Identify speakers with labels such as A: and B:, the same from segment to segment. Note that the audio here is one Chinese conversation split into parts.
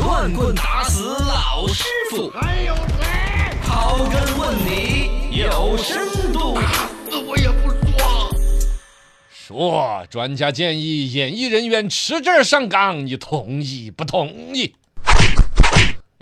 A: 乱棍打死老师傅，
B: 还有谁？
A: 刨根问底有深度。
B: 死我也不说。
C: 说，专家建议演艺人员持证上岗，你同意不同意？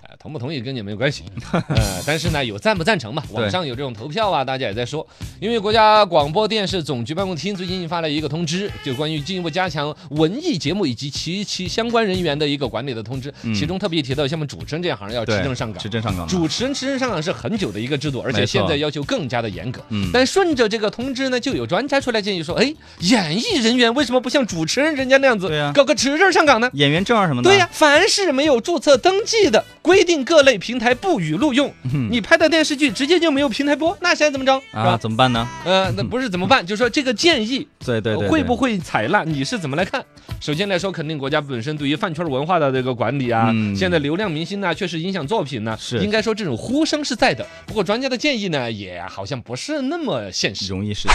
C: 呃同不同意跟你没有 关系，呃，但是呢，有赞不赞成吧？网上有这种投票啊，大家也在说。因为国家广播电视总局办公厅最近发了一个通知，就关于进一步加强文艺节目以及其其相关人员的一个管理的通知，
D: 嗯
C: 其中特别提到像我们主持人这行要持
D: 对
C: 证上岗
D: 持。证上岗。
C: 主持人持证上岗是很久的一个制度，而且
D: 啊没错
C: 现在要求更加的严格。
D: 嗯
C: 但顺着这个通知呢，就有专家出来建议说，哎，演艺人员为什么不像主持人人家那样子，
D: 对呀
C: 搞个持证上岗呢？
D: 演员证啊什么的，
C: 对呀、、凡是没有注册登记的，规定各类平台不予录用。
D: 嗯
C: 你拍的电视剧直接就没有平台播，那现在怎么整？是
D: 啊，
C: 吧？
D: 怎么办呢？
C: 呃，那不是怎么办？就是说这个建议
D: 对对对，
C: 呃会不
D: 对
C: 会采纳？你是怎么来看？首先来说，肯定国家本身对于饭圈文化的这个管理啊，
D: 嗯
C: 现在流量明星呢、确实影响作品呢、
D: 是
C: 应该说这种呼声是在的。不过专家的建议呢，也好像不是那么现实。
D: 容易是？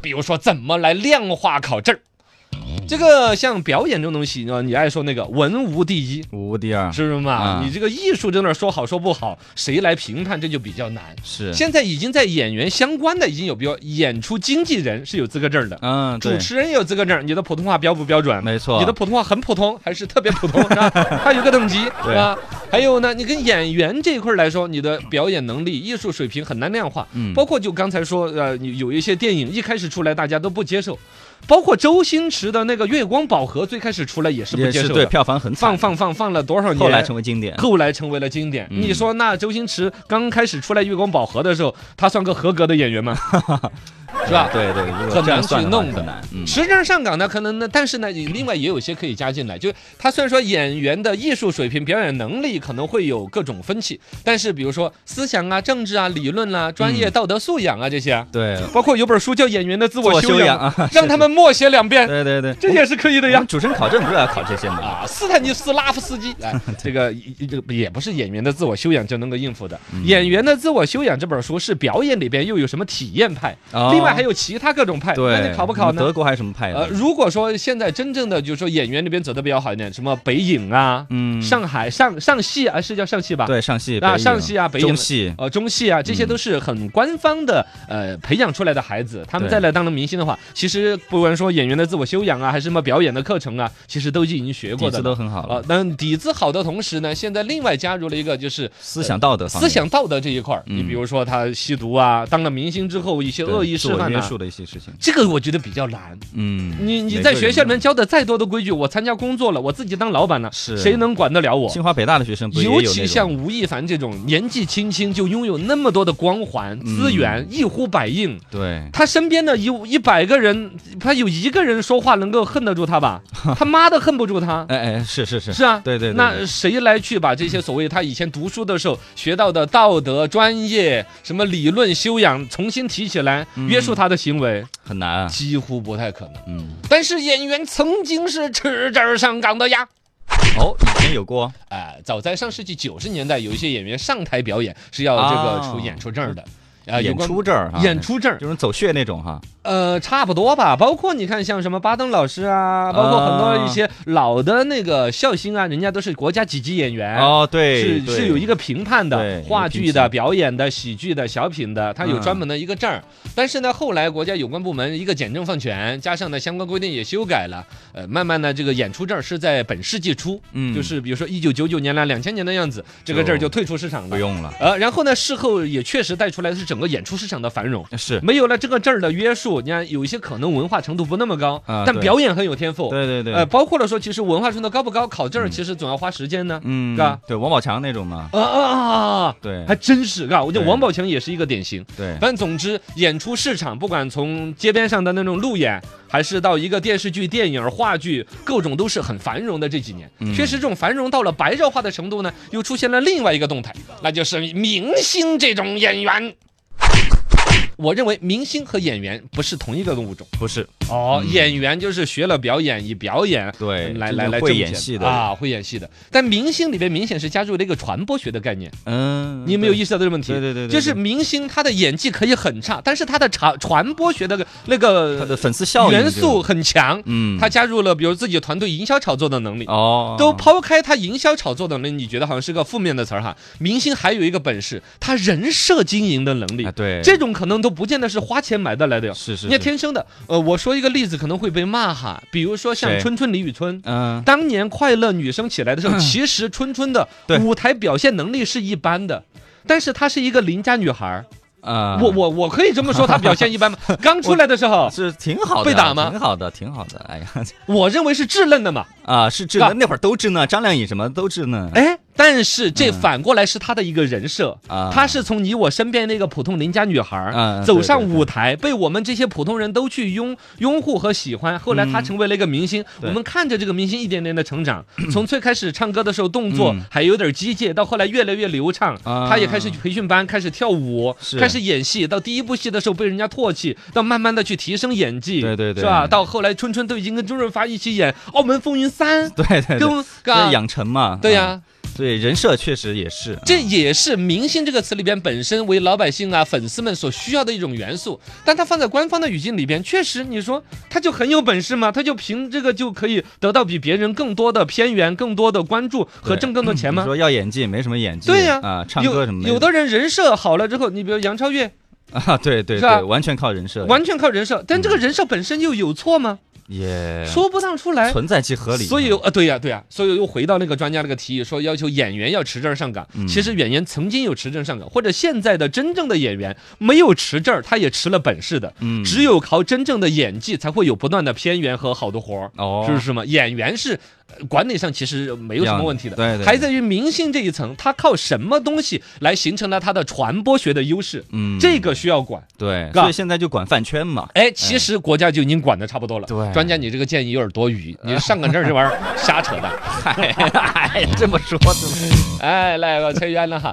C: 比如说怎么来量化考证儿，这个像表演这种东西啊，你爱说那个文无第一。
D: 无敌二
C: 是不是嘛？
D: 啊
C: 你这个艺术在那儿说好说不好，谁来评判这就比较难。
D: 是，
C: 现在已经在演员相关的已经有，比如演出经纪人是有资格证儿的，
D: 嗯，
C: 主
D: 对，
C: 持人也有资格证儿，你的普通话标不标准？
D: 没错，
C: 你的普通话很普通还是特别普通？是 吧？它有个等级，是
D: 对
C: 吧？还有呢，你跟演员这一块儿来说，你的表演能力、艺术水平很难量化。
D: 嗯
C: 包括就刚才说，呃，你有一些电影一开始出来大家都不接受，包括周星驰的那个《月光宝盒》最开始出来也是不
D: 也
C: 接
D: 是
C: 受
D: 对
C: 的，
D: 票房很
C: 放
D: 惨，
C: 放放放了多少年？
D: 后来成为经典，
C: 后来成为了经典。
D: 嗯
C: 你说那周星驰刚开始出来《月光宝盒》的时候，他算个合格的演员吗？是吧？
D: 对对，如果
C: 很
D: 这样
C: 难去
D: 算的话
C: 弄的
D: 很难，嗯，
C: 持证上岗呢，可能呢，但是呢，你另外也有一些可以加进来，就是他虽然说演员的艺术水平、表演能力可能会有各种分歧，但是比如说思想啊、政治啊、理论啊、专
D: 嗯
C: 业道德素养啊这些啊，
D: 对，
C: 包括有本书叫《演员的
D: 自
C: 自我
D: 我
C: 修
D: 修
C: 养
D: 养》， 啊，
C: 让他们默写两遍，
D: 对对对，
C: 这也是可以的
D: 我
C: 呀
D: 们。主持人考证不是要考这些 吗？
C: 啊，斯坦尼斯拉夫斯基， 哎，这个这个也不是演员的自我修养就能够应付的。
D: 嗯
C: 演员的自我修养这本书是表演里边又有什么体验派，
D: 哦
C: 另外还有其他各种派，
D: 对，
C: 那你考不考
D: 我们
C: 呢
D: 德？国还有什么派的？
C: 呃，如果说现在真正的就是说演员那边走的比较好一点，什么北影啊、
D: 嗯，
C: 上海上上戏啊，是叫上戏吧？。
D: 对嗯上戏
C: 啊
D: 北影
C: 上戏啊北影
D: 中戏，
C: 呃，中戏啊，这些都是很官方的，呃，培养出来的孩子，他们
D: 对
C: 再来当了明星的话，其实不管说演员的自我修养啊，还是什么表演的课程啊，其实都已经学过
D: 底子
C: 的了。
D: 都很好
C: 啊
D: 了，，
C: 但底子好的同时呢，现在另外加入了一个就是
D: 思想道德方
C: 思
D: 面
C: 想道德这一块儿。
D: 嗯
C: 你比如说他吸毒啊，当了明星之后一些
D: 对
C: 恶意
D: 自
C: 示
D: 我
C: 范
D: 约
C: 啊
D: 束，的一些事情，
C: 这个我觉得比较难。
D: 嗯，
C: 你你
D: 每
C: 在
D: 个
C: 学
D: 人
C: 校里
D: 嘛
C: 面教的再多的规矩，我参加工作了，我自己当老板了，
D: 是
C: 谁能管得了我？
D: 清华北大的学生不也有
C: 尤
D: 那
C: 其
D: 种
C: 像吴亦凡这种年纪轻轻就拥有那么多的光环
D: 嗯
C: 资源，一呼百应，
D: 对
C: 他身边的一一百个人，他有一个人说话能够恨得住他吧？他妈的恨不 住他。
D: 哎哎，是是是，
C: 是啊，
D: 对对对
C: 那
D: 对
C: 谁来去把这些所谓他以前读书的时候学到的道德、专业、什么理论修养重新提起来，
D: 嗯
C: 约束他的行为，
D: 很难啊，
C: 几乎不太可能。
D: 嗯，
C: 但是演员曾经是持证上岗的呀。
D: 哦，以前有过，
C: 哎、早在上世纪九十年代，有一些演员上台表演是要这个
D: 啊
C: 出演出证的，啊
D: 演出证儿哈，
C: 演出证儿，
D: 就是走穴那种哈，
C: 呃，差不多吧。包括你看，像什么巴登老师啊，包括很多一些老的那个笑星啊，人家都是国家几级演员。
D: 哦，对，
C: 哎是
D: 对
C: 是有一个评判的
D: 对，
C: 话
D: 有
C: 剧
D: 评嗯
C: 的、
D: 级
C: 表演的、喜剧的、小品的，它有专门的一个证儿。但是呢，后来国家有关部门一个简政放权，加上呢相关规定也修改了，呃，慢慢呢这个演出证儿是在本世纪初，
D: 嗯哦
C: 就是比如说一九九九年啦、两千年的样子，这个证儿就
D: 就
C: 退出市场
D: 不
C: 了。
D: 用了，
C: 呃，然后呢，事后也确实带出来的是整个演出市场的繁荣。
D: 是，
C: 没有了这个证儿的约束，你看有一些可能文化程度不那么高，
D: 啊
C: 但
D: 对
C: 表演很有天赋。
D: 对对对，
C: 呃，包括了说，其实文化程度高不高，考证儿其实总要花时间呢。
D: 嗯
C: 是吧，
D: 对，王宝强那种嘛，
C: 啊啊啊啊！
D: 对
C: 还真是，嘎，我觉得
D: 对
C: 王宝强也是一个典型。
D: 对
C: 反，正总之，演出市场不管从街边上的那种路演，还是到一个电视剧、电影、话剧，各种都是很繁荣的。这几年，
D: 嗯
C: 确实这种繁荣到了白热化的程度呢，又出现了另外一个动态，那就是明星这种演员。我认为明星和演员不是同一个物种。
D: 不是，
C: 哦，演员就是学了表演，以表演
D: 嗯对
C: 来
D: 就是
C: 来来
D: 会
C: 挣
D: 演
C: 钱
D: 戏的
C: 啊，会演戏的。但明星里边明显是加入了一个传播学的概念，
D: 嗯，
C: 你有没有
D: 对
C: 意识到这个问题？
D: 对对对对
C: 就是
D: 对
C: 明星他的演技可以很差，但是他的传传播学的那个
D: 他的粉丝效应
C: 元
D: 就
C: 素，很强，
D: 嗯，
C: 他加入了比如自己团队营销炒作的能力。
D: 哦，
C: 都抛开他营销炒作的能力，你觉得好像是个负面的词儿哈？明星还有一个本事，他人设经营的能力
D: 啊，，对，
C: 这种可能都不见得是花钱买得来的哟。
D: 是是
C: 人家
D: 是，
C: 天生的。呃，我说一个例子可能会被骂哈，比如说像
D: 谁
C: 春春李宇春。
D: 嗯，
C: 当年快乐女生起来的时候，其实春春的
D: 对
C: 舞台表现能力是一般的，但是她是一个邻家女孩儿。
D: 啊，
C: 我我我可以这么说，她表现 一般吗？刚出来的时候，
D: 是挺好的，
C: 被打吗
D: 挺好的，挺好的。哎呀，
C: 我认为是稚嫩的嘛。
D: 啊，是稚
C: 啊
D: 嫩，那会儿都稚嫩，张靓颖什么都稚嫩。
C: 哎，但是这反过来是她的一个人设。
D: 嗯啊，
C: 她是从你我身边那个普通邻家女孩儿
D: 嗯
C: 走
D: 对
C: 上
D: 对对
C: 舞台，被我们这些普通人都去拥拥护和喜欢。后来她
D: 嗯
C: 成为了一个明星，我
D: 对
C: 们看着这个明星一点点的 成长，从最开始唱歌的时候动作
D: 嗯
C: 还有点机械，到后来越来越流畅。
D: 啊
C: 她也开始去培训班，开始跳舞，
D: 是
C: 开始演戏。到第一部戏的时候被人家唾弃，到慢慢的去提升演技，
D: 对对对
C: 是吧？到后来春春都已经跟周润发一起演《澳门风云三》，
D: 对对对，
C: 跟
D: 这养成嘛，
C: 对呀、
D: 啊对人设确实也是，
C: 这也是“明星”这个词里边本身为老百姓啊、粉丝们所需要的一种元素，但它放在官方的语境里边，确实你说他就很有本事嘛，他就凭这个就可以得到比别人更多的偏远、更多的关注和
D: 对嗯
C: 挣更多钱
D: 你
C: 吗？
D: 说要演技没什么演技，
C: 对呀
D: 啊，唱歌什么
C: 有有的人人设好了之后，你比如杨超越，
D: 啊，对对
C: 是吧
D: 对，嗯完全靠人设，
C: 完全靠人设，但这个人设本身又有错吗？
D: 也
C: 说不上出来。
D: 存在即合理，
C: 所以呃，对呀、对呀、所以又回到那个专家那个提议，说要求演员要持证上岗。
D: 嗯
C: 其实演员曾经有持证上岗，或者现在的真正的演员没有持证儿，他也持了本事的。
D: 嗯，
C: 只有靠真正的演技，才会有不断的偏圆和好的活儿。
D: 哦，
C: 是不是嘛？演员是呃管理上其实没有什么问题的，
D: 对对对
C: 还在于明星这一层，他靠什么东西来形成了他的传播学的优势，
D: 嗯，
C: 这个需要管。
D: 对，
C: 嘎
D: 所以现在就管饭圈嘛，
C: 哎，其实国家就已经管的差不多了。
D: 对
C: 专家，你这个建议有点多余，你上岗证这玩意儿瞎扯淡。
D: 哎，这么说的。
C: 哎，来我扯远了哈。